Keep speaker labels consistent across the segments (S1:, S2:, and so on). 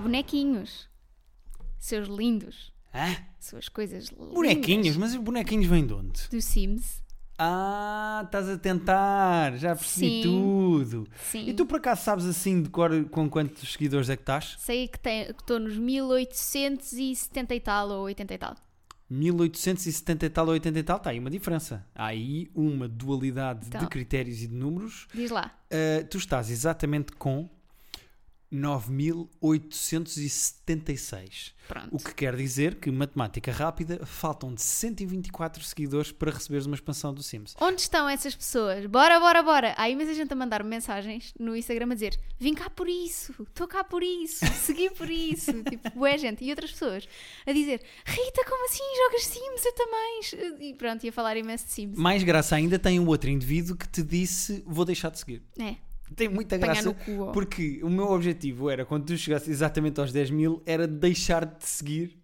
S1: bonequinhos. Seus lindos.
S2: Hã?
S1: Suas coisas lindas.
S2: Bonequinhos? Mas os bonequinhos vêm de onde?
S1: Do Sims.
S2: Ah, estás a tentar, já
S1: Sim.
S2: percebi tudo.
S1: Sim.
S2: E tu por acaso sabes assim de cor com quantos seguidores é que estás?
S1: Sei que estou nos 1870 e tal ou 80 e tal.
S2: 1870 e tal ou 80 e tal, está aí uma diferença. Há aí uma dualidade de
S1: Então.
S2: critérios e de números.
S1: Diz lá.
S2: Ah, tu estás exatamente com 9876.
S1: Pronto.
S2: O que quer dizer que, matemática rápida, faltam de 124 seguidores para receberes uma expansão do Sims.
S1: Onde estão essas pessoas? Bora, bora, bora! Há imensa gente a mandar mensagens no Instagram a dizer vim cá por isso, estou cá por isso, segui por isso. tipo, boa gente. E outras pessoas a dizer Rita, como assim? Jogas Sims? Eu também. E pronto, ia falar imenso de Sims.
S2: Mais graça ainda tem um outro indivíduo que te disse vou deixar de seguir.
S1: É,
S2: Tem muita
S1: Apanhar
S2: graça.
S1: no cu, ó.
S2: Porque o meu objetivo era, quando tu chegasses exatamente aos 10 mil, era deixar de seguir.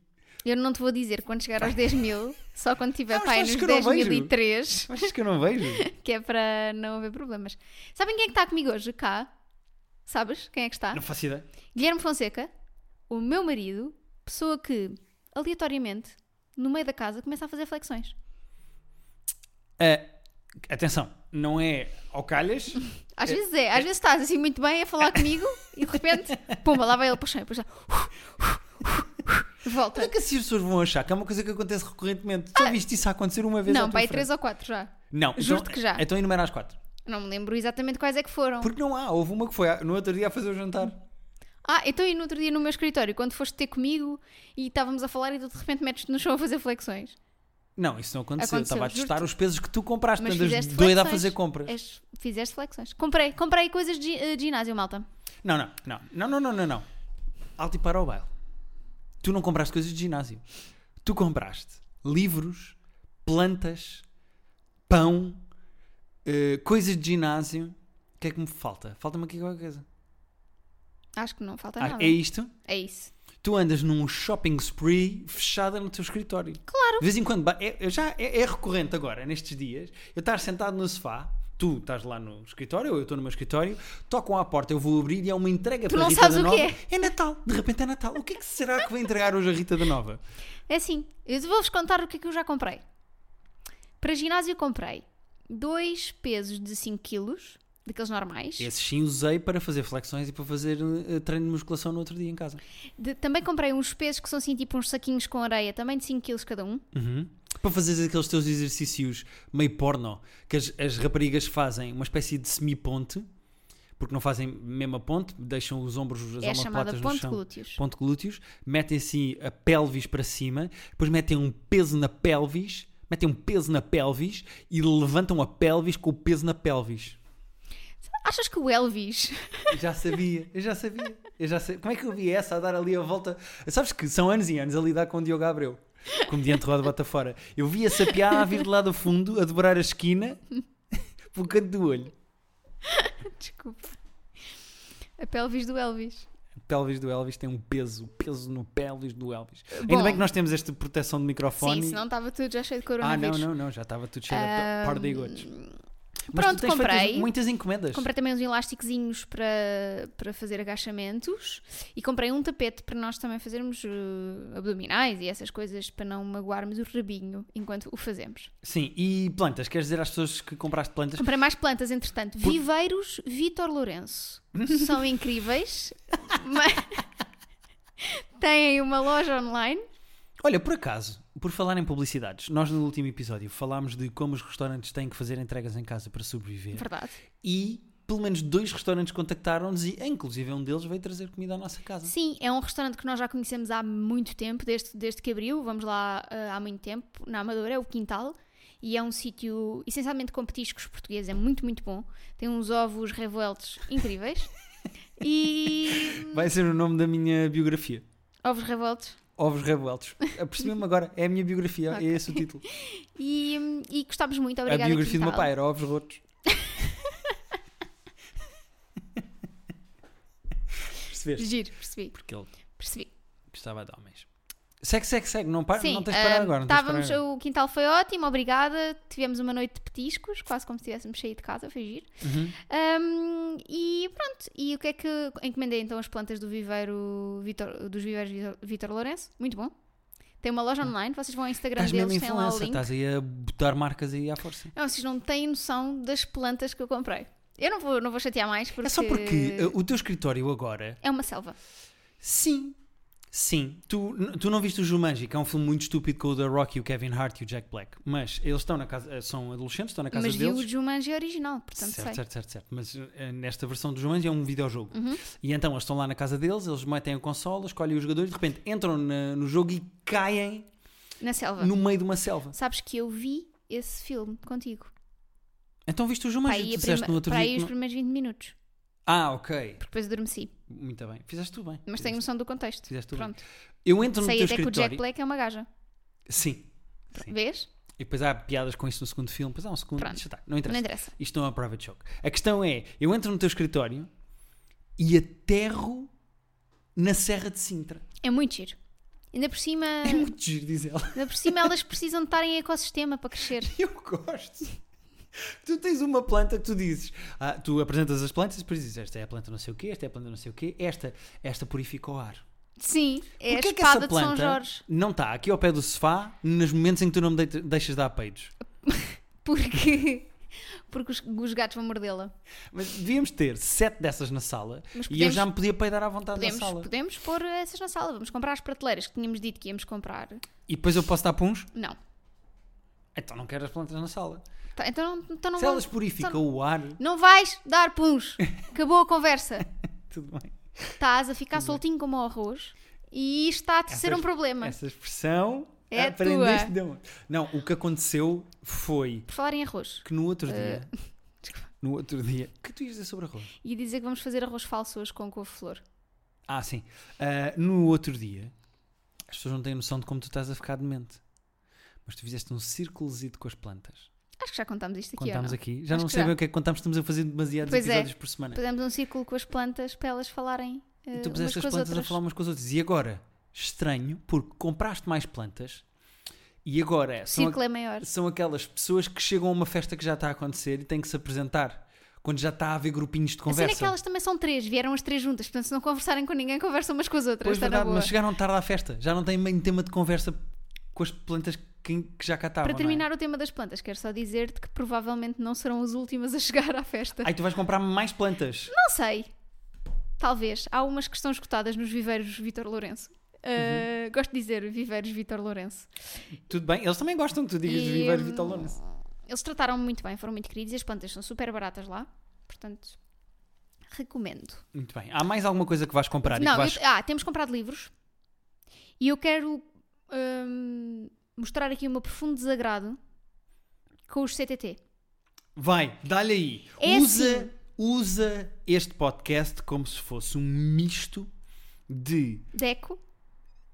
S1: eu não te vou dizer quando chegar aos 10 mil, só quando tiver
S2: Não,
S1: pai
S2: sabes
S1: nos
S2: que eu não vejo.
S1: 10.003,
S2: Achas que eu não vejo?
S1: que é para não haver problemas. Sabem quem é que está comigo hoje? Cá? Sabes quem é que está?
S2: Não faço ideia.
S1: Guilherme Fonseca, o meu marido, pessoa que, aleatoriamente, no meio da casa, começa a fazer flexões.
S2: Ah, atenção, não é ao calhas.
S1: Às vezes é, às vezes estás assim muito bem a falar comigo e de repente, pumba, lá vai ele para o chão, e depois já.
S2: Mas é
S1: Volta.
S2: que assim as pessoas vão achar que é uma coisa que acontece recorrentemente. Já viste isso a acontecer uma vez
S1: Ah, Não,
S2: pai,
S1: pai, três ou quatro já.
S2: Não,
S1: Juro-te
S2: então-
S1: que já.
S2: Então enumera às quatro.
S1: Não me lembro exatamente quais é que foram.
S2: Porque não há, houve uma que foi no outro dia a fazer o jantar.
S1: Ah, então e no outro dia no meu escritório, quando foste ter comigo e estávamos a falar e tu de repente metes-te no chão a fazer flexões.
S2: Não, isso não aconteceu. Eu
S1: Aconteceu,
S2: Estava a
S1: juro-te.
S2: testar os pesos que tu compraste.
S1: Mas
S2: Andas
S1: fizeste
S2: doida a
S1: flexões. É
S2: fazer compras.
S1: És- fizeste flexões. Comprei, comprei coisas de, gi- eh, de ginásio, malta.
S2: Não, não, não, não, não, não, não, não. Alto e para o baile. Tu não compraste coisas de ginásio. Tu compraste livros, plantas, pão, eh, coisas de ginásio. O que é que me falta? Falta-me aqui qualquer coisa.
S1: Acho que não falta
S2: Ah,
S1: nada.
S2: é isto?
S1: É isso.
S2: Tu andas num shopping spree fechada no teu escritório. Claro. De vez em quando, ba- é, eu já, é, é recorrente agora, nestes dias, eu estar sentado no sofá, tu estás lá no escritório, ou eu estou no meu escritório, tocam à porta, eu vou abrir e é uma entrega para
S1: não
S2: a Rita
S1: sabes
S2: da
S1: o
S2: Nova.
S1: que
S2: é? Natal, de repente é Natal. O que é que será que vai entregar hoje a Rita da Nova?
S1: É assim, eu vou-vos contar o que é que eu já comprei. Para ginásio comprei dois pesos de 5 quilos, daqueles normais.
S2: Esses sim usei para fazer flexões e para fazer eh, treino de musculação no outro dia em casa.
S1: De- também comprei uns pesos que são assim tipo uns saquinhos com areia, também de 5 quilos cada um.
S2: Uhum. Para fazeres aqueles teus exercícios meio porno, que as, as raparigas fazem uma espécie de semi-ponte, porque não fazem mesmo a ponte, deixam os ombros, as
S1: é a chamada
S2: omoplatas no
S1: ponte
S2: chão.
S1: glúteos.
S2: Ponte glúteos, metem assim a pelvis para cima, depois metem um peso na pelvis, metem um peso na pelvis e levantam a pelvis com o peso na pelvis.
S1: Achas que o Elvis
S2: Eu já sabia, eu já sabia, eu já sabia. Como é que eu vi essa a dar ali a volta? Sabes que são anos e anos a lidar com o Diogo Abreu, comediante roda bota fora. Eu vi essa piada a vir de lá do fundo, a dobrar a esquina, pelo canto do olho.
S1: Desculpa. A pelvis do Elvis.
S2: O pelvis do Elvis tem um peso, o peso no pelvis do Elvis.
S1: Bom.
S2: Ainda bem que nós temos esta proteção de microfone.
S1: Sim, senão estava tudo já cheio de
S2: Ah, não,
S1: coronavírus.
S2: não, não, já estava tudo cheio de pardigotes. Mas
S1: pronto,
S2: tu tens feito
S1: comprei.
S2: muitas encomendas.
S1: Comprei também uns elásticozinhos para, para fazer agachamentos e comprei um tapete para nós também fazermos eh, abdominais e essas coisas para não magoarmos o rabinho enquanto o fazemos.
S2: Sim, e plantas, queres dizer às pessoas que compraste plantas?
S1: Comprei mais plantas, entretanto. Viveiros Vitor Lourenço. São incríveis. mas... Têm uma loja online.
S2: Olha, por acaso, por falar em publicidades, nós no último episódio falámos de como os restaurantes têm que fazer entregas em casa para sobreviver.
S1: Verdade.
S2: E pelo menos dois restaurantes contactaram-nos e, inclusive, um deles veio trazer comida à nossa casa.
S1: Sim, é um restaurante que nós já conhecemos há muito tempo, desde, desde que abriu, vamos lá ah, há muito tempo, na Amadora, é o Quintal, e é um sítio essencialmente com petiscos portugueses, é muito, muito bom. Tem uns ovos revoltos incríveis. e.
S2: Vai ser o nome da minha biografia.
S1: Ovos revoltos.
S2: Ovos revueltos. Apercebi-me agora, é a minha biografia, é esse o título.
S1: E, e gostámos muito,
S2: a
S1: obrigada.
S2: biografia do meu
S1: Quintal.
S2: pai era ovos rotos. Percebeste?
S1: Giro, percebi,
S2: Porque ele
S1: percebi.
S2: gostava de homens. Segue, segue, segue. Não, para,
S1: Sim,
S2: não tens de parar
S1: ah,
S2: agora. Não tens de parar
S1: estávamos,
S2: agora.
S1: o quintal foi ótimo, obrigada. Tivemos uma noite de petiscos, quase como se tivéssemos saído de casa, foi giro.
S2: Uhum.
S1: Um, e pronto, e o que é que encomendei então as plantas do viveiro Vitor, dos viveiros Vitor, Vitor Lourenço? Muito bom. Tem uma loja online, vocês vão ao Instagram
S2: Estás mesmo
S1: deles, tem lá o
S2: influencer. tá?
S1: link.
S2: Estás aí a botar marcas aí à força.
S1: Não, vocês não têm noção das plantas que eu comprei. Eu não vou, não vou chatear mais porque eh,
S2: É só porque uh, o teu escritório agora
S1: é uma selva.
S2: Sim. Sim. Tu, n- tu não viste o Jumanji, que é um filme muito estúpido com o The Rock e o Kevin Hart e o Jack Black. Mas eles estão na casa, eh, são adolescentes, estão na casa
S1: Mas vi o
S2: deles.
S1: Jumanji original, portanto
S2: Certo,
S1: sei.
S2: certo, certo, certo. Mas eh, nesta versão do Jumanji é um videojogo.
S1: Uhum.
S2: E então eles estão lá na casa deles, eles metem a consola, escolhem os jogadores, de repente entram na- no jogo e caem
S1: Na selva.
S2: no meio de uma selva.
S1: Sabes que eu vi esse filme contigo.
S2: Então viste o
S1: Para
S2: Jumanji,
S1: aí,
S2: tu
S1: a
S2: disseste
S1: prima-
S2: no outro
S1: para
S2: dia.
S1: aí
S2: que
S1: os
S2: não-
S1: primeiros 20 minutos,
S2: Ah, ok.
S1: porque depois adormeci.
S2: Muito bem. Fizeste tu bem.
S1: Mas tenho
S2: Fizeste-
S1: noção do contexto.
S2: Fizeste tudo bem.
S1: Pronto.
S2: Eu entro no
S1: Sei
S2: teu
S1: até que o Jack
S2: escritório.
S1: Black é uma gaja.
S2: Sim. Sim.
S1: Vês?
S2: E depois há piadas com isso no segundo filme. Depois há um segundo.
S1: Pronto.
S2: Deixa estar, Não interessa.
S1: Não interessa.
S2: Isto não é um private joke. A questão é, eu entro no teu escritório e aterro na Serra de Sintra.
S1: É muito giro. Ainda por cima,
S2: É muito giro, diz ela.
S1: ainda por cima elas precisam de estar em ecossistema para crescer.
S2: Eu gosto. Tu tens uma planta que tu dizes, ah, tu apresentas as plantas e depois dizes, esta é a planta não sei o quê, esta é a planta não sei o quê, esta, esta purifica o ar.
S1: Sim, é
S2: Porquê
S1: a
S2: que
S1: espada
S2: essa
S1: de São
S2: planta
S1: Jorge.
S2: não está aqui ao pé do sofá nos momentos em que tu não me deita- deixas dar peidos?
S1: Porque, porque os, os gatos vão mordê-la.
S2: Mas devíamos ter sete dessas na sala
S1: Mas
S2: e eu
S1: podemos-
S2: já me podia peidar à vontade na
S1: Podemos,
S2: sala.
S1: podemos pôr essas na sala. Vamos comprar as prateleiras que tínhamos dito que íamos comprar.
S2: E depois eu posso dar puns?
S1: Não.
S2: Então não quero as plantas na sala.
S1: Tá, Então, não- então não
S2: Se elas
S1: vamos.
S2: purificam
S1: então-
S2: o ar,
S1: Não vais dar puns. Acabou a conversa.
S2: tudo bem.
S1: Estás a ficar soltinho como o arroz e isto está a ser
S2: Essas-
S1: um problema.
S2: Essa expressão
S1: É
S2: aprendeste
S1: tua.
S2: de onde? Não, o que aconteceu foi
S1: Por falar em arroz.
S2: que no outro
S1: Eh,
S2: dia. No outro dia. O que tu ias dizer sobre arroz?
S1: E dizer que vamos fazer arroz falso hoje com couve-flor.
S2: Ah, sim. Ah, no outro dia, as pessoas não têm noção de como tu estás a ficar demente. Mas tu fizeste um círculozito com as plantas.
S1: Acho que já contámos isto aqui, ou
S2: Contámos
S1: não?
S2: aqui. Já
S1: Acho
S2: não
S1: que
S2: sei
S1: já.
S2: bem o que é que contámos, estamos a fazer demasiados
S1: Pois é.
S2: episódios por semana.
S1: Pusemos um círculo com as plantas para elas falarem eh,
S2: E tu
S1: umas
S2: puseste
S1: com
S2: as
S1: as
S2: plantas
S1: outras.
S2: a falar umas com as outras. E agora? Estranho, porque compraste mais plantas e agora
S1: O
S2: são,
S1: círculo é maior.
S2: são aquelas pessoas que chegam a uma festa que já está a acontecer e têm que se apresentar quando já está a haver grupinhos de
S1: A cena é que
S2: conversa.
S1: elas também são três, vieram as três juntas, portanto se não conversarem com ninguém, conversam umas com as outras,
S2: Pois
S1: está
S2: verdade,
S1: na boa.
S2: mas chegaram tarde à festa, já não têm bem tema de conversa com as plantas que, que já cá estavam.
S1: Para
S2: não é?
S1: terminar o tema das plantas, quero só dizer-te que provavelmente não serão as últimas a chegar à festa.
S2: Ai, tu vais comprar mais plantas.
S1: Não sei. Talvez. Há umas que estão escutadas nos viveiros Vitor Lourenço. Uh, Gosto de dizer viveiros Vitor Lourenço.
S2: Tudo bem, eles também gostam que tu digas de
S1: E,
S2: viver
S1: hum,
S2: Vital Lones.
S1: Eles trataram-me muito bem, foram muito queridos e as plantas são super baratas lá. Portanto, recomendo.
S2: Muito bem. Há mais alguma coisa que vais comprar e
S1: Não,
S2: que vais
S1: eu- ah, temos comprado livros e eu quero hum, mostrar aqui o meu profundo desagrado com os CTT.
S2: Vai, dá-lhe aí.
S1: É
S2: usa,
S1: assim.
S2: usa este podcast como se fosse um misto de
S1: Deco.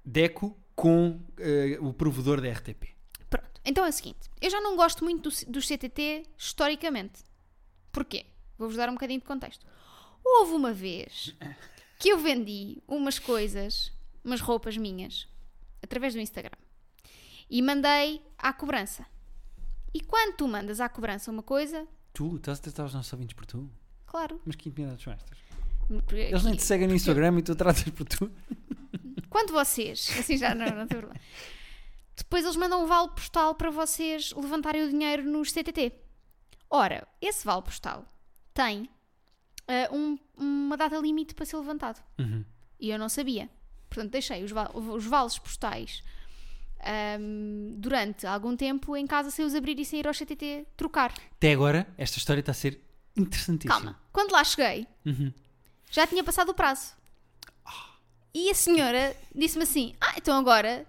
S2: Deco com eh, o provedor da RTP.
S1: Pronto. Então é o seguinte: eu já não gosto muito do- dos CTT historicamente. Porquê? Vou-vos dar um bocadinho de contexto. Houve uma vez que eu vendi umas coisas, umas roupas minhas, através do Instagram e mandei à cobrança. E quando tu mandas à cobrança uma coisa,
S2: Tu, estás a tratar os nossos ouvintes por tu?
S1: claro.
S2: Mas que intimidades são estas?
S1: porque-
S2: Eles nem te seguem no Instagram e tu tratas por tu?
S1: Quando vocês, assim já não, não tem problema. Depois eles mandam um vale postal para vocês levantarem o dinheiro nos CTT. Ora, esse vale postal tem ah, um- uma data limite para ser levantado.
S2: Uhum.
S1: E eu não sabia. Portanto, deixei os, val- os vales postais ahm, durante algum tempo em casa sem os abrir e sem ir ao CTT trocar.
S2: Até agora, esta história está a ser interessantíssima.
S1: Calma. Quando lá cheguei,
S2: Uhum.
S1: já tinha passado o prazo. E a senhora disse-me assim: Ah, então agora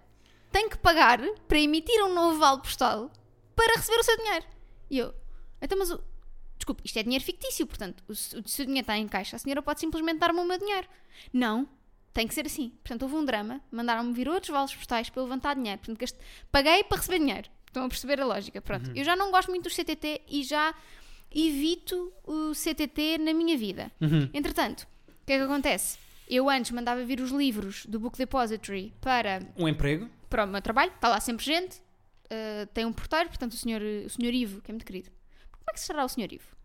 S1: tenho que pagar para emitir um novo vale postal para receber o seu dinheiro. E eu, então, mas o. Desculpe, isto é dinheiro fictício, portanto, o, se- o seu dinheiro está em caixa, a senhora pode simplesmente dar-me o meu dinheiro. Não, tem que ser assim. Portanto, houve um drama, mandaram-me vir outros vales postais para eu levantar dinheiro. Portanto, gaste- paguei para receber dinheiro. Estão a perceber a lógica. Pronto,
S2: Uhum.
S1: eu já não gosto muito dos CTT e já
S2: Uhum.
S1: evito o CTT na minha vida. Entretanto, o que é que acontece? Eu antes mandava vir os livros do Book Depository para,
S2: Um emprego?
S1: para o meu trabalho, está lá sempre gente, ah, tem um porteiro, portanto o senhor, o senhor Ivo, que é muito querido. Como é que será o senhor Ivo?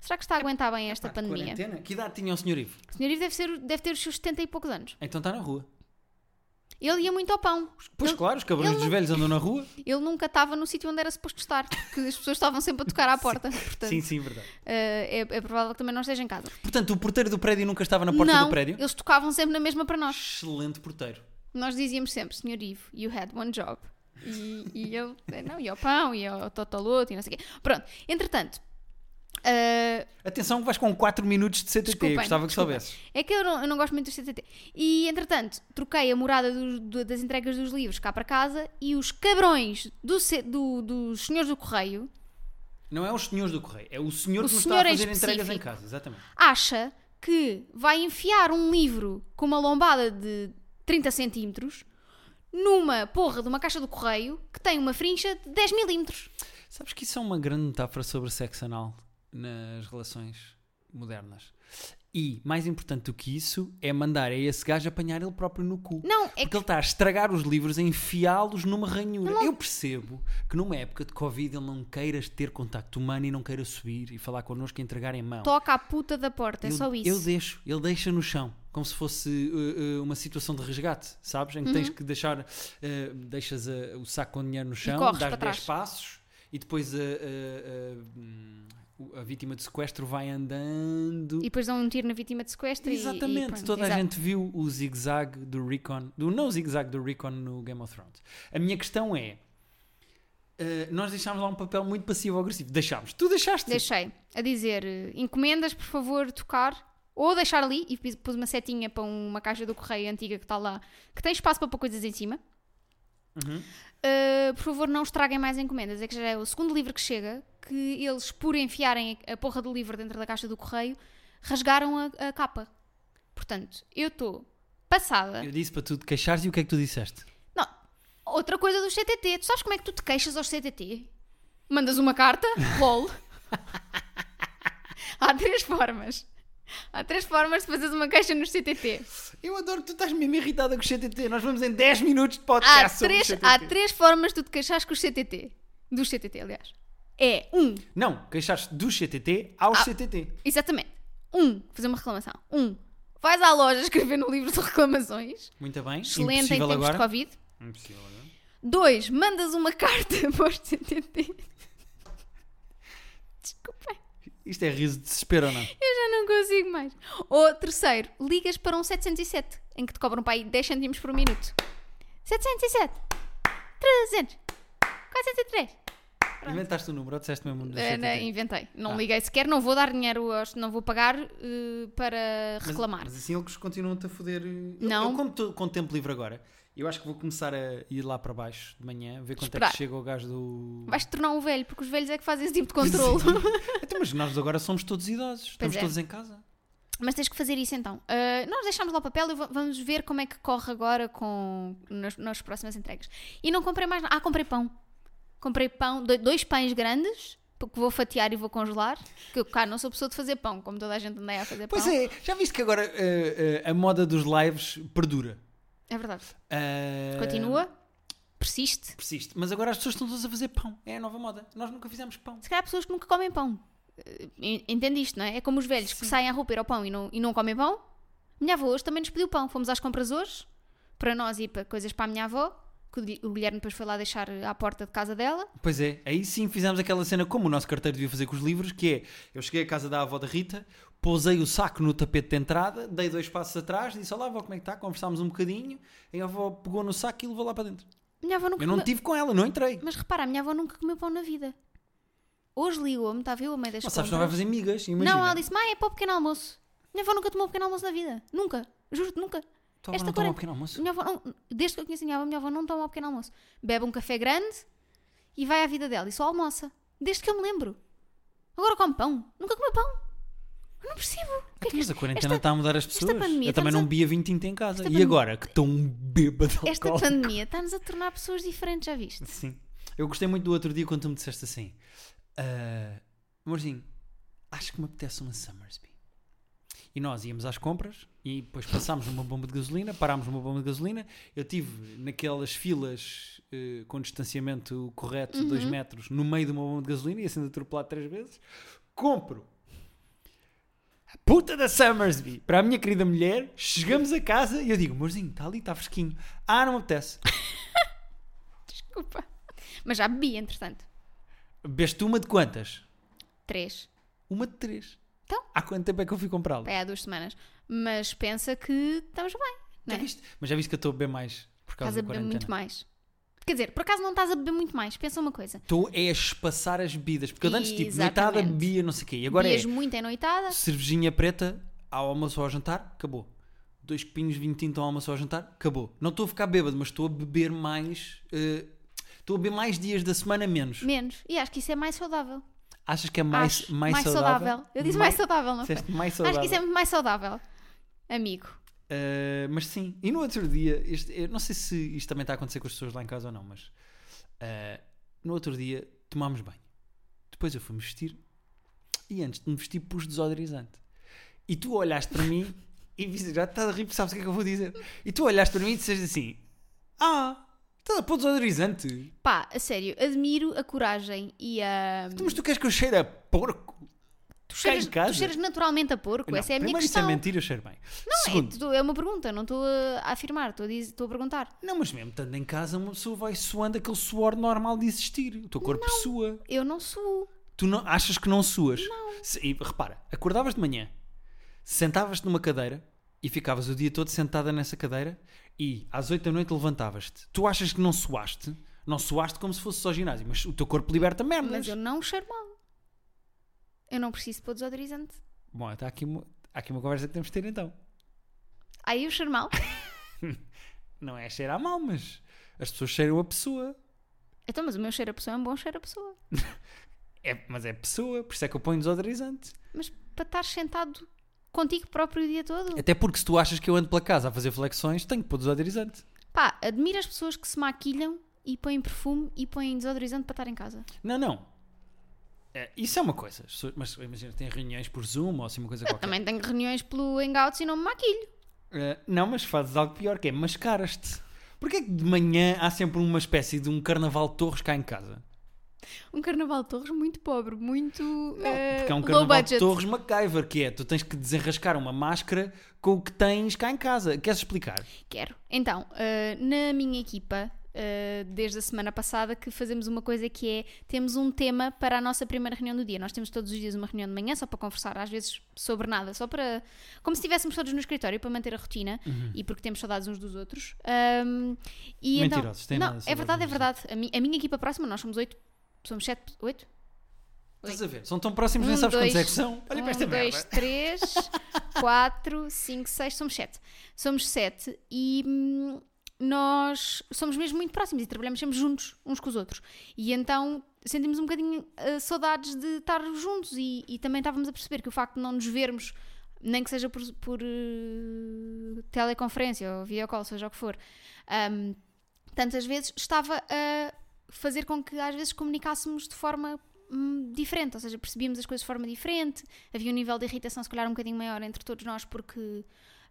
S1: Será que está a aguentar bem esta
S2: É Pá,
S1: pandemia?
S2: Tá, quarentena? Que idade tinha o senhor Ivo?
S1: O senhor Ivo deve, ser, deve ter os seus 70 e poucos anos.
S2: Então está na rua.
S1: Ele ia muito ao pão.
S2: Pois
S1: ele,
S2: claro, os cabrões dos velhos andam na rua.
S1: ele nunca estava no sítio onde era suposto estar, porque as pessoas estavam sempre a tocar à porta. Portanto,
S2: Sim, sim, verdade.
S1: ah, é, é provável que também não esteja em casa.
S2: Portanto, o porteiro do prédio nunca estava na porta
S1: não,
S2: do prédio?
S1: eles tocavam sempre na mesma para nós.
S2: Excelente porteiro.
S1: Nós dizíamos sempre, Sr. Ivo, you had one job. E, e ele, não, e ao pão, e ao totoloto, e não sei o quê. Pronto, entretanto, ah,
S2: Atenção que vais com 4 minutos de CTT.
S1: Desculpem,
S2: Gostava que
S1: desculpem.
S2: soubesses.
S1: é que eu não, eu não gosto muito do CTT. E, entretanto, troquei a morada dos- do- das entregas dos livros cá para casa e os cabrões do C- do- dos senhores do correio
S2: Não é os senhores do correio, é o senhor
S1: O
S2: que nos
S1: senhor
S2: está a
S1: em
S2: fazer entregas em
S1: específico.
S2: casa, exatamente.
S1: acha que vai enfiar um livro com uma lombada de 30 centímetros numa porra de uma caixa do correio que tem uma frincha de 10 milímetros.
S2: Sabes que isso é uma grande metáfora sobre sexo anal nas relações modernas. E, mais importante do que isso, é mandar a esse gajo apanhar ele próprio no cu.
S1: Não, é
S2: Porque
S1: que
S2: ele está a estragar os livros, a enfiá-los numa ranhura. Eu percebo que numa época de Covid ele não queira ter contacto humano e não queira subir e falar connosco e entregar em mão.
S1: toca a puta da porta, é
S2: eu,
S1: só
S2: eu
S1: isso.
S2: deixo, ele deixa no chão, como se fosse uh, uh, uma situação de resgate, sabes? Em que
S1: Uhum.
S2: tens que deixar, uh, deixas uh, o saco com dinheiro no chão,
S1: corres
S2: dás
S1: para trás.
S2: 10 passos e depois eh, a, a- a- a vítima de sequestro vai andando.
S1: E depois dão um tiro na vítima de sequestro e- e,
S2: Exatamente,
S1: pronto,
S2: toda
S1: exato.
S2: a gente viu o zig-zag do Recon, do não zig-zag do Recon no Game of Thrones. A minha questão é: uh, nós deixámos lá um papel muito passivo-agressivo. Deixámos, tu deixaste.
S1: Deixei a dizer eh, encomendas, por favor, tocar ou deixar ali e pus pus uma setinha para uma caixa do correio antiga que está lá, que tem espaço para pôr coisas em cima.
S2: Uhum.
S1: Uh, por favor, não estraguem mais encomendas. É que já é o segundo livro que chega que eles, por enfiarem a porra do livro dentro da caixa do correio, rasgaram a, a capa. Portanto, eu estou passada.
S2: Eu disse para tu te queixares e o que é que tu disseste?
S1: Não, outra coisa dos CTT. Tu sabes como é que tu te queixas aos CTT? Mandas uma carta? LOL. Há três formas. Há três formas de fazeres uma queixa nos CTT.
S2: Eu adoro que tu estás mesmo irritada com o CTT. Nós vamos em 10 minutos de podcast
S1: Há
S2: sobre
S1: três,
S2: o CTT.
S1: há três formas de tu te queixares com os CTT. Dos CTT, aliás. É um,
S2: Não, queixaste do CTT
S1: Ah.
S2: aos CTT.
S1: Exatamente. Um, fazer uma reclamação. Um, vais à loja escrever no livro de reclamações.
S2: Muito bem.
S1: Excelente em
S2: Impossível
S1: tempos de
S2: agora.
S1: Covid.
S2: Impossível agora.
S1: Dois, mandas uma carta para os CTT. Desculpem,
S2: Isto é riso de desespero ou não?
S1: eu já não consigo mais. Ou terceiro, ligas para um 707, em que te cobram para aí 10 cêntimos por minuto. 707, 300, 403.
S2: Inventaste o número ou disseste mesmo do CTT?
S1: Eh, não, inventei, não
S2: Ah.
S1: liguei sequer, não vou dar dinheiro, aos, não vou pagar eh, para
S2: Mas-
S1: reclamar.
S2: Mas, assim eles continuam-te a foder. eh, Eu-
S1: Não.
S2: Eu, como tô- contemplo livre agora, eu acho que vou começar a ir lá para baixo de manhã, ver quanto é
S1: Esperar.
S2: que chega o gajo do.
S1: Vais-te tornar um velho, porque os velhos é que fazem esse tipo de controle.
S2: Então, mas nós agora somos todos idosos.
S1: Pois
S2: Estamos
S1: é.
S2: todos em casa.
S1: Mas tens que fazer isso então. Ah, nós deixámos lá o papel e va- vamos ver como é que corre agora com nas, nas próximas entregas. E não comprei mais nada. Ah, comprei pão. Comprei pão, do- dois pães grandes, porque vou fatiar e vou congelar. Que eu cá não sou pessoa de fazer pão, como toda a gente anda a fazer
S2: Pois
S1: pão.
S2: é, já viste que agora eh, eh, a moda dos lives perdura.
S1: É verdade.
S2: Ah,
S1: Continua, persiste.
S2: Persiste. Mas agora as pessoas estão todas a fazer pão. É a nova moda. Nós nunca fizemos pão.
S1: Se calhar há pessoas que nunca comem pão. Eh, Entende isto, não é? É como os velhos que saem à roupa ir ao pão e não, e não comem pão. Minha avó hoje também nos pediu pão. Fomos às compras hoje, para nós e para coisas para a minha avó, que o Gui- o Guilherme depois foi lá deixar eh, à porta de casa dela.
S2: Pois é, aí sim fizemos aquela cena como o nosso carteiro devia fazer com os livros, que é, eu cheguei à casa da avó da Rita, pousei o saco no tapete de entrada, dei dois passos atrás, disse, olá avó, como é que está? Conversámos um bocadinho, e a avó pegou no saco e levou lá para dentro.
S1: Minha avó nunca
S2: Eu não
S1: comeu-
S2: tive com ela, não entrei.
S1: Mas repara, a minha avó nunca comeu pão na vida. Hoje ligou-me, estava eu a meio das
S2: Não sabes,
S1: compras.
S2: não vai fazer migas, imagina.
S1: Não, ela disse, mãe, é para o pequeno almoço. Minha avó nunca tomou um pequeno almoço na vida. Nunca. Juro-te, nunca.
S2: Tua avó
S1: esta
S2: não toma
S1: quarenta-
S2: um pequeno almoço.
S1: Minha avó não, desde que eu conheço a minha avó, minha avó não toma ao pequeno almoço. Bebe um café grande e vai à vida dela e só almoça. Desde que eu me lembro. Agora come pão. Nunca comeu pão. Eu não percebo. O que é que
S2: Então, Mas a quarentena
S1: esta-
S2: está a mudar as pessoas.
S1: pandemia
S2: eu também
S1: está-nos
S2: não
S1: a-
S2: bebia vinho tinto em casa.
S1: Esta
S2: E
S1: pan-
S2: agora que estou um bêbado
S1: esta
S2: alcoólico.
S1: pandemia está-nos a tornar pessoas diferentes, já viste?
S2: Sim. Eu gostei muito do outro dia quando tu me disseste assim: "Ah, Amorzinho, acho que me apetece uma Summersby. E nós íamos às compras e depois passámos numa bomba de gasolina, parámos numa bomba de gasolina. Eu tive naquelas filas eh, com distanciamento correto de 2 metros no meio de uma bomba de gasolina e sendo atropelado três vezes. Compro a puta da Summersby para a minha querida mulher. Chegamos a casa e eu digo: Amorzinho, está ali, está fresquinho. Ah, não me apetece.
S1: Desculpa. Mas já bebi, entretanto.
S2: Beste uma de quantas?
S1: Três.
S2: Uma de três.
S1: Então?
S2: Há quanto tempo é que eu fui comprá-lo?
S1: Pá, há duas semanas. Mas pensa que estamos bem. Não
S2: Já
S1: é?
S2: viste? Mas já viste que eu estou a beber mais por
S1: Estás
S2: causa
S1: a
S2: da
S1: beber
S2: quarentena.
S1: muito mais. Quer dizer, por acaso não estás a beber muito mais. Pensa uma coisa.
S2: Estou é a espaçar as bebidas. Porque eu antes, tipo,
S1: Exatamente.
S2: noitada bebia não sei o quê. E agora
S1: Bebias
S2: é
S1: muito em noitada.
S2: cervejinha preta ao almoço ou ao jantar, acabou. Dois copinhos de vinho tinto ao almoço ou ao jantar, acabou. Não estou a ficar bêbado, mas estou a beber mais... eh, Estou a beber mais dias da semana menos.
S1: Menos. E acho que isso é mais saudável.
S2: Achas que é mais,
S1: Acho.
S2: mais, saudável?
S1: Eu disse mais, saudável, não foi?
S2: Disseste mais
S1: Acho
S2: saudável.
S1: que isso é muito mais saudável. Amigo.
S2: Uh, mas sim, e no outro dia, este- eu não sei se isto também está a acontecer com as pessoas lá em casa ou não, mas uh, no outro dia tomámos banho. Depois eu fui-me vestir e antes de me vestir pus desodorizante. E tu olhaste para mim e disse, já estás a rir, porque sabes o que é que eu vou dizer. E tu olhaste para mim e disseste assim: Ah, estás a pôr desodorizante.
S1: Pá, a sério, admiro a coragem e a. hum,
S2: Mas tu queres que eu cheire a porco?
S1: Tu
S2: cá em
S1: cheiras,
S2: casa?
S1: tu cheiras naturalmente a porco,
S2: Não,
S1: essa é a minha
S2: primeiro isso é
S1: questão.
S2: mentira, eu cheiro bem.
S1: Não, é,
S2: Segundo,
S1: tu- é uma pergunta, não estou a a afirmar, estou a, dizer- estou a perguntar.
S2: não, mas mesmo estando em casa, uma pessoa vai suando aquele suor normal de existir. O teu corpo sua.
S1: Eu não sou.
S2: Tu não, achas que não suas? Se- e repara, acordavas de manhã, sentavas-te numa cadeira e ficavas o dia todo sentada nessa cadeira e às 8 da noite levantavas-te. Tu achas que não suaste? Não suaste como se fosse só ginásio, mas o teu corpo liberta merdas.
S1: Mas eu não cheiro mal. Eu não preciso pôr desodorizante.
S2: Bom, está aqui, uma- há aqui uma conversa que temos de ter então.
S1: Aí eu cheiro mal.
S2: Não é cheirar mal, mas as pessoas cheiram a pessoa.
S1: Então, mas o meu cheiro a pessoa é um bom cheiro a pessoa.
S2: É, mas é pessoa, por isso é que eu ponho desodorizante.
S1: Mas para estar sentado contigo próprio o dia todo.
S2: Até porque se tu achas que eu ando pela casa a fazer flexões, tenho que pôr desodorizante.
S1: Pá, admiro as pessoas que se maquilham e põem perfume e põem desodorizante para estar em casa.
S2: Não, não. É, isso é uma coisa. As pessoas- Mas imagina, tem reuniões por Zoom ou assim uma coisa
S1: Eu
S2: qualquer.
S1: Ah, também tenho reuniões pelo Hangouts e não me maquilho.
S2: É, não, mas fazes algo pior, que é mascaras-te. Porquê é que de manhã há sempre uma espécie de um carnaval de torres cá em casa?
S1: Um carnaval de Torres muito pobre, muito eh,
S2: Porque é um
S1: low
S2: carnaval de
S1: budget.
S2: torres MacGyver, que é, tu tens que desenrascar uma máscara com o que tens cá em casa. Queres explicar?
S1: Quero. Então, eh, na minha equipa, eh, desde a semana passada, que fazemos uma coisa que é temos um tema para a nossa primeira reunião do dia. Nós temos todos os dias uma reunião de manhã, só para conversar, às vezes sobre nada, só para. como se estivéssemos todos no escritório para manter a rotina
S2: Uhum.
S1: e porque temos saudades uns dos outros. Ahm, e então-
S2: Mentirosos, têm
S1: Não,
S2: nada de
S1: é verdade, é
S2: saudades uns dos
S1: verdade. A, mi- a minha equipa próxima, nós somos oito, somos sete, oito?
S2: Estás a ver? São tão próximos, nem
S1: Um,
S2: sabes quantos é
S1: dois,
S2: que são. Olha para esta
S1: um, dois,
S2: merda.
S1: três, quatro, cinco, seis, somos sete. Somos sete e hum, nós somos mesmo muito próximos e trabalhamos sempre juntos, uns com os outros. E então sentimos um bocadinho ah, saudades de estar juntos e, e também estávamos a perceber que o facto de não nos vermos, nem que seja por, por, eh, teleconferência ou videocall, seja o que for, hum, tantas vezes estava a fazer com que às vezes comunicássemos de forma hum, diferente, ou seja, percebíamos as coisas de forma diferente, havia um nível de irritação se calhar um bocadinho maior entre todos nós porque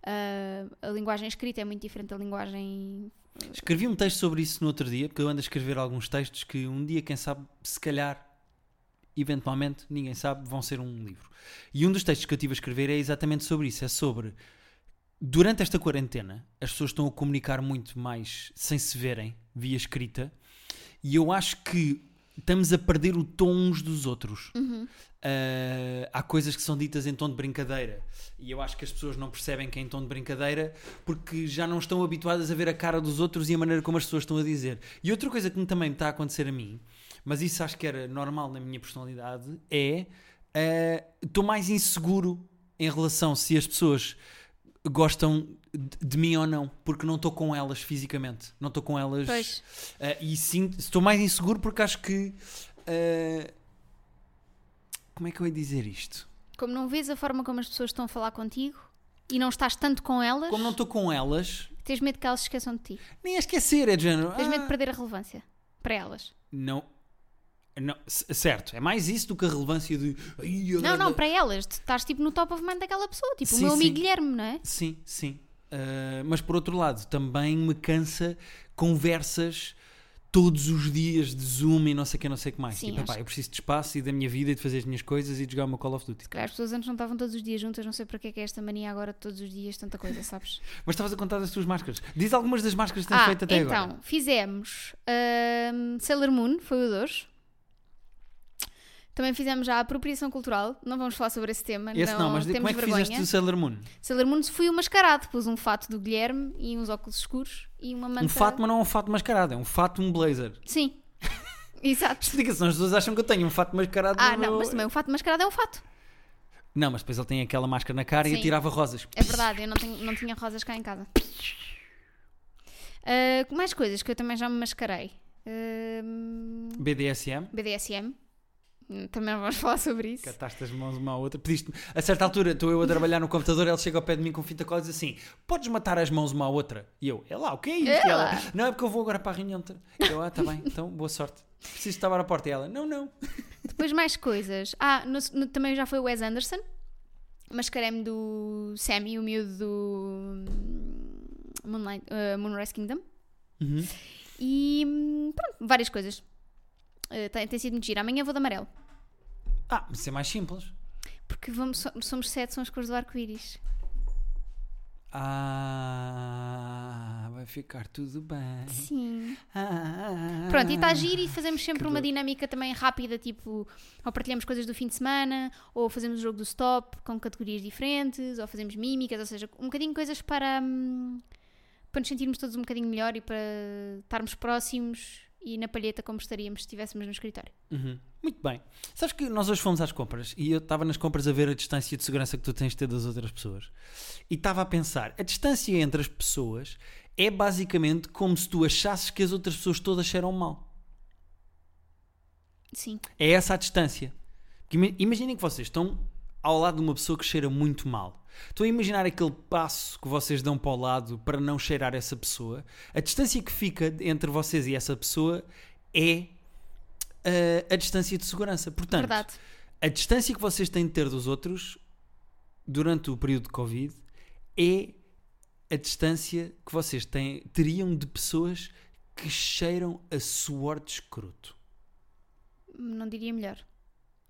S1: ah, a linguagem escrita é muito diferente da linguagem...
S2: Escrevi um texto sobre isso no outro dia, porque eu ando a escrever alguns textos que um dia, quem sabe, se calhar, eventualmente, ninguém sabe, vão ser um livro. E um dos textos que eu estive a escrever é exatamente sobre isso. É sobre. Durante esta quarentena, as pessoas estão a comunicar muito mais sem se verem, via escrita, e eu acho que estamos a perder o tom uns dos outros. Uh, há coisas que são ditas em tom de brincadeira e eu acho que as pessoas não percebem que é em tom de brincadeira porque já não estão habituadas a ver a cara dos outros e a maneira como as pessoas estão a dizer. E outra coisa que me- também me está a acontecer a mim, mas isso acho que era normal na minha personalidade, é uh, estou mais inseguro em relação se as pessoas gostam de, de mim ou não, porque não estou com elas fisicamente, não estou com elas.
S1: Pois.
S2: Uh, e sim, estou mais inseguro porque acho que. uh, como é que eu ia dizer isto?
S1: Como não vês a forma como as pessoas estão a falar contigo e não estás tanto com elas,
S2: Como não estou com elas,
S1: tens medo que elas se esqueçam de ti.
S2: nem a esquecer, é de género.
S1: Tens medo
S2: ah,
S1: de perder a relevância para elas.
S2: Não. Não, c- certo, é mais isso do que a relevância de. "Ai, eu
S1: Não, não, para elas, tu estás tipo no top of mind daquela pessoa, tipo
S2: Sim,
S1: o meu amigo
S2: sim.
S1: Guilherme, não é?
S2: Sim, sim. Ah, mas por outro lado, também me cansa conversas todos os dias de Zoom e não sei o que, não sei o que mais.
S1: Sim,
S2: tipo,
S1: acho-
S2: "Epá, eu preciso de espaço e da minha vida e de fazer as minhas coisas e de jogar o meu Call of Duty.
S1: Se calhar as pessoas antes não estavam todos os dias juntas, não sei porque é que é esta mania agora de todos os dias, tanta coisa, sabes?
S2: Mas estavas a contar das tuas máscaras. Diz algumas das máscaras que tens feito até
S1: então,
S2: agora.
S1: fizemos ahm, Sailor Moon, foi o de hoje. Também fizemos já a apropriação cultural, não vamos falar sobre esse tema,
S2: Esse não, mas de-
S1: temos
S2: como é que
S1: vergonha.
S2: fizeste o Sailor Moon? Um
S1: Sailor Moon fui o mascarado, pus um fato do Guilherme e uns óculos escuros e uma manta.
S2: Um fato, mas não é um fato mascarado, é um fato, um blazer.
S1: Sim, exato.
S2: Explica-se, não, as pessoas acham que eu tenho um fato mascarado.
S1: Ah,
S2: no-
S1: não, mas também um fato mascarado é um fato.
S2: Não, mas depois ele tem aquela máscara na cara e
S1: Sim.
S2: atirava rosas.
S1: É verdade, eu não, tenho- não tinha rosas cá em casa. Ah, mais coisas que eu também já me mascarei. Hum, Ahm,
S2: BDSM.
S1: BDSM. Hum, Também não vamos falar sobre isso.
S2: Cataste as mãos uma à outra. Pediste a certa altura, estou eu a trabalhar no computador, ele chega ao pé de mim com fita cola e diz assim: Podes matar as mãos uma à outra? E eu, é lá, o que é isso? E ela,
S1: Ela.
S2: não, é porque eu vou agora para a reunião. Eu, ah, tá bem, então boa sorte. Preciso estar à porta. E ela, não, não.
S1: Depois mais coisas. Ah, no- no- também já foi o Wes Anderson. Mascarei-me do Sammy, o miúdo do hum, Moonlight, eh, Moonrise Kingdom.
S2: Uhum.
S1: E hum, pronto, várias coisas. Eh, tem, tem sido muito giro. Amanhã vou de amarelo.
S2: Ah, mas isso é mais simples.
S1: Porque vamos, so- somos sete, são as cores do arco-íris.
S2: Ah, vai ficar tudo bem.
S1: Sim.
S2: Ah,
S1: Pronto, e está giro e fazemos sempre
S2: que
S1: uma
S2: dor.
S1: dinâmica também rápida, tipo, ou partilhamos coisas do fim de semana, ou fazemos o jogo do stop com categorias diferentes, ou fazemos mímicas, ou seja, um bocadinho coisas para, hum, para nos sentirmos todos um bocadinho melhor e para estarmos próximos e na palheta como estaríamos se estivéssemos no escritório.
S2: Uhum. Muito bem. Sabes que nós hoje fomos às compras e eu estava nas compras a ver a distância de segurança que tu tens de ter das outras pessoas. E estava a pensar, a distância entre as pessoas é basicamente como se tu achasses que as outras pessoas todas cheiram mal.
S1: Sim.
S2: É essa a distância. Porque ima- Imaginem que vocês estão ao lado de uma pessoa que cheira muito mal. Estão a imaginar aquele passo que vocês dão para o lado para não cheirar essa pessoa. A distância que fica entre vocês e essa pessoa é ah, a distância de segurança. Portanto,
S1: Verdade.
S2: a distância que vocês têm de ter dos outros durante o período de Covid é a distância que vocês têm, teriam de pessoas que cheiram a suor de escroto.
S1: Não diria melhor.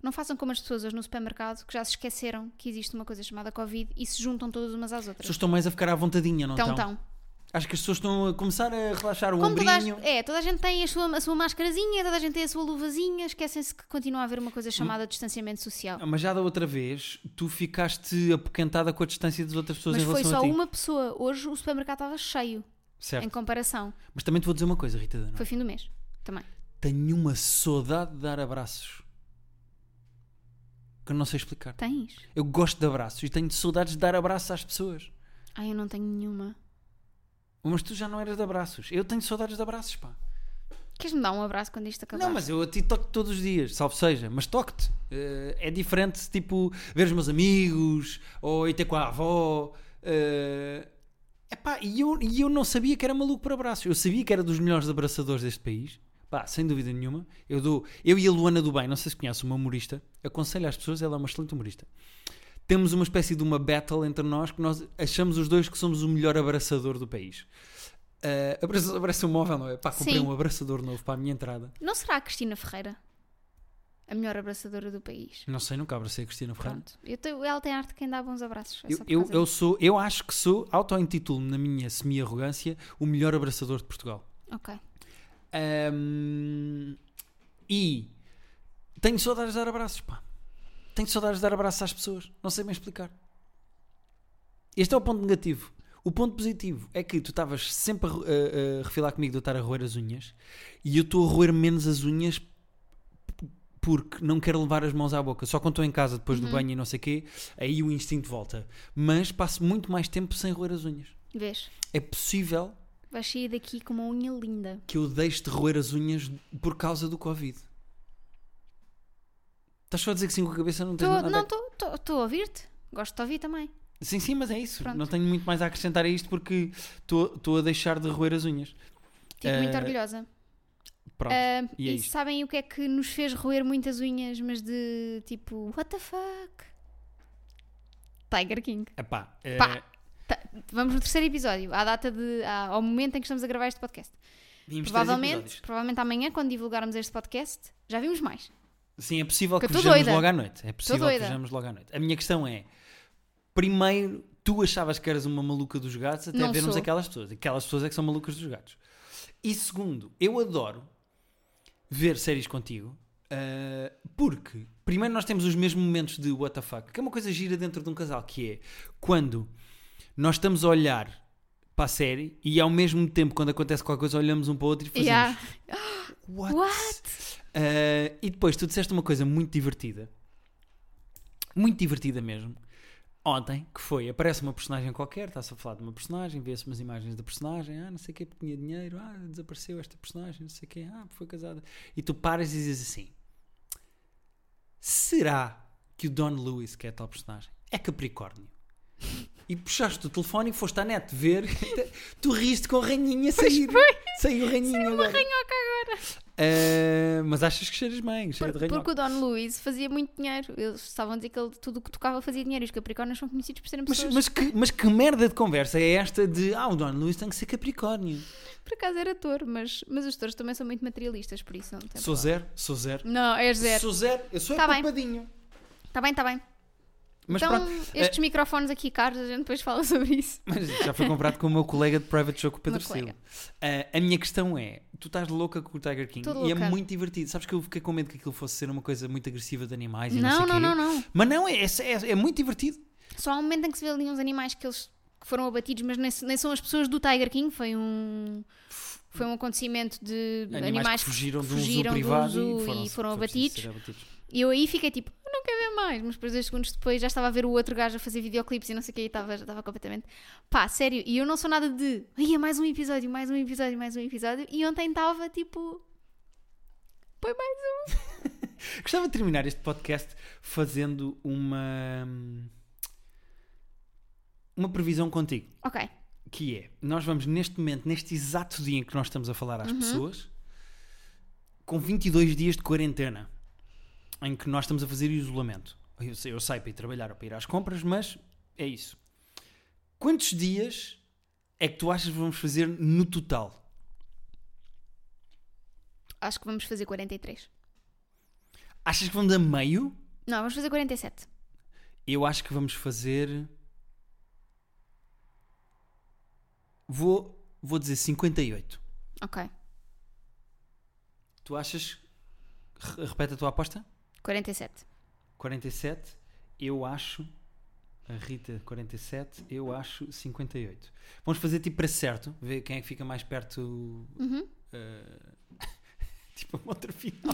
S1: Não façam como as pessoas hoje no supermercado que já se esqueceram que existe uma coisa chamada Covid e se juntam todas umas às
S2: As
S1: outras.
S2: pessoas estão mais a ficar à vontadinha, não
S1: Então,
S2: estão?
S1: então.
S2: Acho que as pessoas estão a começar a relaxar o
S1: Como toda a,
S2: ombrinho.
S1: é, toda a gente tem a sua, a sua mascarazinha, toda a gente tem a sua luvazinha, esquecem-se que continua a haver uma coisa chamada distanciamento social.
S2: Ah, Mas já da outra vez, tu ficaste apoquentada com a distância das outras pessoas
S1: Mas
S2: em
S1: foi
S2: relação
S1: só
S2: a ti.
S1: uma pessoa. Hoje o supermercado estava cheio,
S2: Certo.
S1: em comparação.
S2: Mas também te vou dizer uma coisa, Rita Dano.
S1: Foi fim do mês também.
S2: Tenho uma saudade de dar abraços. Que eu não sei explicar.
S1: Tens?
S2: Eu gosto de abraços e tenho saudades de dar abraços às pessoas.
S1: Ai, eu não tenho nenhuma.
S2: Mas tu já não eras de abraços. Eu tenho saudades de abraços, pá.
S1: Queres-me dar um abraço quando isto acabar?
S2: Não, mas eu a ti toco todos os dias, salvo seja, mas toco-te. Eh, é diferente, tipo, ver os meus amigos ou ir ter com a avó. eh, epá, e eu, e eu não sabia que era maluco por abraços. Eu sabia que era dos melhores abraçadores deste país. Pá, sem dúvida nenhuma. Eu dou. Eu e a Luana do Bem, não sei se conhece, uma humorista. Aconselho às pessoas, ela é uma excelente humorista. Temos uma espécie de uma battle entre nós que nós achamos os dois que somos o melhor abraçador do país. Eh, abraça, abraça um móvel, não é? Pá, comprei
S1: Sim.
S2: um abraçador novo para a minha entrada.
S1: Não será a Cristina Ferreira a melhor abraçadora do país?
S2: Não sei, nunca abracei a Cristina Ferreira.
S1: Pronto. Eu tenho- ela tem arte de quem dá bons abraços. é
S2: Eu,
S1: só por
S2: eu,
S1: causa
S2: eu
S1: disso.
S2: sou, eu acho que sou, auto-intitulo-me na minha semi-arrogância, o melhor abraçador de Portugal.
S1: Ok.
S2: Ahm, e tenho saudades de dar abraços, pá. Tenho saudades de dar abraços às pessoas. Não sei bem explicar. Este é o ponto negativo. O ponto positivo é que tu estavas sempre a, ro- a- a refilar comigo de eu estar a roer as unhas e eu estou a roer menos as unhas p- porque não quero levar as mãos à boca. Só quando estou em casa depois do banho e não sei o quê, aí o instinto volta. Mas passo muito mais tempo sem roer as unhas.
S1: Vês?
S2: É possível
S1: Vais sair daqui com uma unha linda.
S2: que eu deixo de roer as unhas por causa do Covid. Estás só a dizer que sim com a cabeça não tens
S1: Tô-
S2: nada a-
S1: não, estou a ouvir-te. Gosto de te ouvir também.
S2: Sim, sim, mas é isso.
S1: Pronto.
S2: Não tenho muito mais a acrescentar a isto porque estou estou a deixar de roer as unhas.
S1: Fico muito
S2: Eh,
S1: orgulhosa.
S2: Pronto.
S1: Ah,
S2: e é
S1: e
S2: isto.
S1: sabem o que é que nos fez roer muitas unhas, mas de tipo, what the fuck? Tiger King.
S2: Epá, é,
S1: Pá. Tá, vamos no terceiro episódio, à data de. à- ao momento em que estamos a gravar este podcast.
S2: vimos três
S1: Provavelmente,
S2: episódios.
S1: provavelmente amanhã, quando divulgarmos este podcast, já vimos mais.
S2: Sim, é possível
S1: Que
S2: que
S1: eu tô
S2: vejamos
S1: doida.
S2: logo à noite. É possível que
S1: doida.
S2: vejamos logo à noite. A minha questão é: primeiro, tu achavas que eras uma maluca dos gatos até
S1: Não
S2: vermos
S1: sou.
S2: aquelas pessoas. Aquelas pessoas é que são malucas dos gatos. E segundo, eu adoro ver séries contigo ah, porque, primeiro, nós temos os mesmos momentos de what the fuck, que é uma coisa gira dentro de um casal, que é quando nós estamos a olhar para a série e ao mesmo tempo, quando acontece qualquer coisa, olhamos um para o outro e fazemos
S1: Yeah.
S2: What? Uh, e depois tu disseste uma coisa muito divertida, muito divertida mesmo, ontem, que foi, aparece uma personagem qualquer, está-se a falar de uma personagem, vê-se umas imagens da personagem, ah, não sei quem tinha dinheiro, ah, desapareceu esta personagem, não sei quem, ah, foi casada. E tu paras e dizes assim, será que o Don Lewis, que é tal personagem, é Capricórnio? E puxaste o telefone e foste à net ver, tu riste com a rainha sair, saiu a rainha agora. Ah, mas achas que cheiras bem, cheira de
S1: Por-
S2: ranhoca.
S1: porque o Don Luís fazia muito dinheiro. Eles estavam a dizer que ele, tudo o que tocava fazia dinheiro. E os Capricórnios são conhecidos por serem
S2: Mas,
S1: pessoas.
S2: mas que, mas que merda de conversa é esta de ah, o Don Luís tem que ser Capricórnio?
S1: Por acaso era ator, mas, mas os atores também são muito materialistas, por isso não tem
S2: Sou zero, sou zero.
S1: problema. Não, és É zero.
S2: Sou zero, eu sou
S1: Tá bem.
S2: culpadinho.
S1: Está bem, está bem.
S2: Mas
S1: então,
S2: pronto,
S1: estes
S2: eh,
S1: microfones aqui caros, a gente depois fala sobre isso.
S2: mas já foi comprado com o meu colega de private show com o Pedro
S1: Meu colega.
S2: Silva. Ah, a minha questão é: tu estás louca com o Tiger King
S1: Tô
S2: e é
S1: louca.
S2: muito divertido. Sabes que eu fiquei com medo que aquilo fosse ser uma coisa muito agressiva de animais e não,
S1: Não,
S2: sei
S1: não,
S2: quê.
S1: não, não.
S2: Mas não, é, é, é muito divertido.
S1: Só há um momento em que se vê ali uns animais que eles que foram abatidos, mas nem, nem são as pessoas do Tiger King. Foi um. Foi um acontecimento de
S2: Animais, que fugiram de um
S1: fugiram
S2: zoo
S1: de um
S2: privado
S1: zoo
S2: e
S1: e
S2: foram,
S1: foram
S2: foi preciso
S1: abatidos.
S2: ser abatidos.
S1: E eu aí fiquei tipo, não quero ver mais. Mas depois, dois segundos depois, já estava a ver o outro gajo a fazer videoclipes e não sei o que, e estava, já estava completamente. Pá, sério. E eu não sou nada de. Ai, é mais um episódio, mais um episódio, mais um episódio. E ontem estava tipo. Põe mais um.
S2: Gostava de terminar este podcast fazendo uma uma previsão contigo,
S1: Ok.
S2: que é, nós vamos neste momento, neste exato dia em que nós estamos a falar às pessoas, com 22 dias de quarentena, em que nós estamos a fazer isolamento. Eu sei, eu saio para ir trabalhar ou para ir às compras, mas é isso. Quantos dias é que tu achas que vamos fazer no total?
S1: Acho que vamos fazer 43.
S2: Achas que vamos a meio?
S1: Não, vamos fazer 47.
S2: Eu acho que vamos fazer. Vou, vou dizer 58.
S1: Ok.
S2: Tu achas. re- Repete a tua aposta?
S1: 47.
S2: 47. Eu acho. A Rita, 47. Eu acho 58. Vamos fazer tipo para certo. Ver quem é que fica mais perto.
S1: Uhum.
S2: eh, tipo a outra final.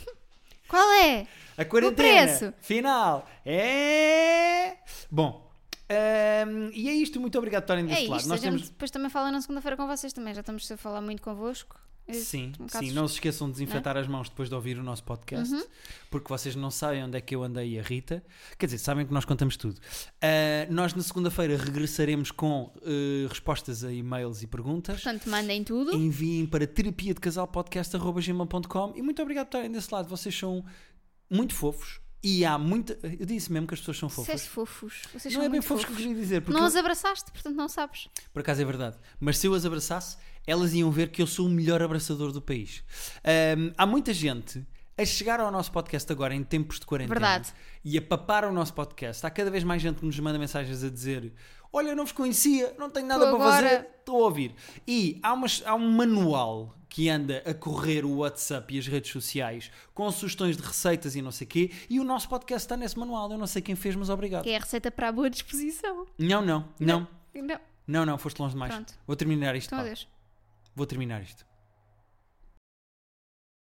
S1: Qual é?
S2: A quarentena
S1: preço.
S2: final é. Bom. ehm, e é isto. Muito obrigado por estarem
S1: É
S2: deste lado.
S1: isto. A
S2: Nós
S1: gente
S2: temos
S1: depois também fala na segunda-feira com vocês também. Já estamos a falar muito convosco. Eu
S2: Sim,
S1: estou um bocado né? Uhum.
S2: sim, não se esqueçam de desinfetar as mãos depois de ouvir o nosso podcast, porque vocês não sabem onde é que eu andei e a Rita. Quer dizer, sabem que nós contamos tudo. Ah, nós na segunda-feira regressaremos com eh, respostas a e-mails e perguntas.
S1: Portanto, mandem tudo.
S2: Enviem para terapia de casal podcast.gmail.com e muito obrigado por estarem desse lado. Vocês são muito fofos e há muita. Eu disse mesmo que as pessoas são fofas.
S1: Disseste fofos. Vocês
S2: Não
S1: são
S2: é bem
S1: muito
S2: fofos,
S1: fofos.
S2: que eu queria dizer, porque
S1: Não
S2: eu-
S1: as abraçaste, portanto não sabes.
S2: por acaso é verdade. Mas se eu as abraçasse, elas iam ver que eu sou o melhor abraçador do país. Ahm, há muita gente a chegar ao nosso podcast agora em tempos de quarentena
S1: Verdade.
S2: e a papar o nosso podcast. Há cada vez mais gente que nos manda mensagens a dizer: Olha, eu não vos conhecia, não tenho nada
S1: Tô
S2: para
S1: agora."
S2: fazer, estou a ouvir. E há, umas- há um manual que anda a correr o WhatsApp e as redes sociais com sugestões de receitas e não sei quê, e o nosso podcast está nesse manual. Eu não sei quem fez, mas obrigado.
S1: Que é a receita para a boa disposição.
S2: Não, não, não,
S1: Não.
S2: não, não, foste longe demais.
S1: Pronto.
S2: Vou terminar isto.
S1: Então
S2: Paulo.
S1: adeus.
S2: Vou terminar isto.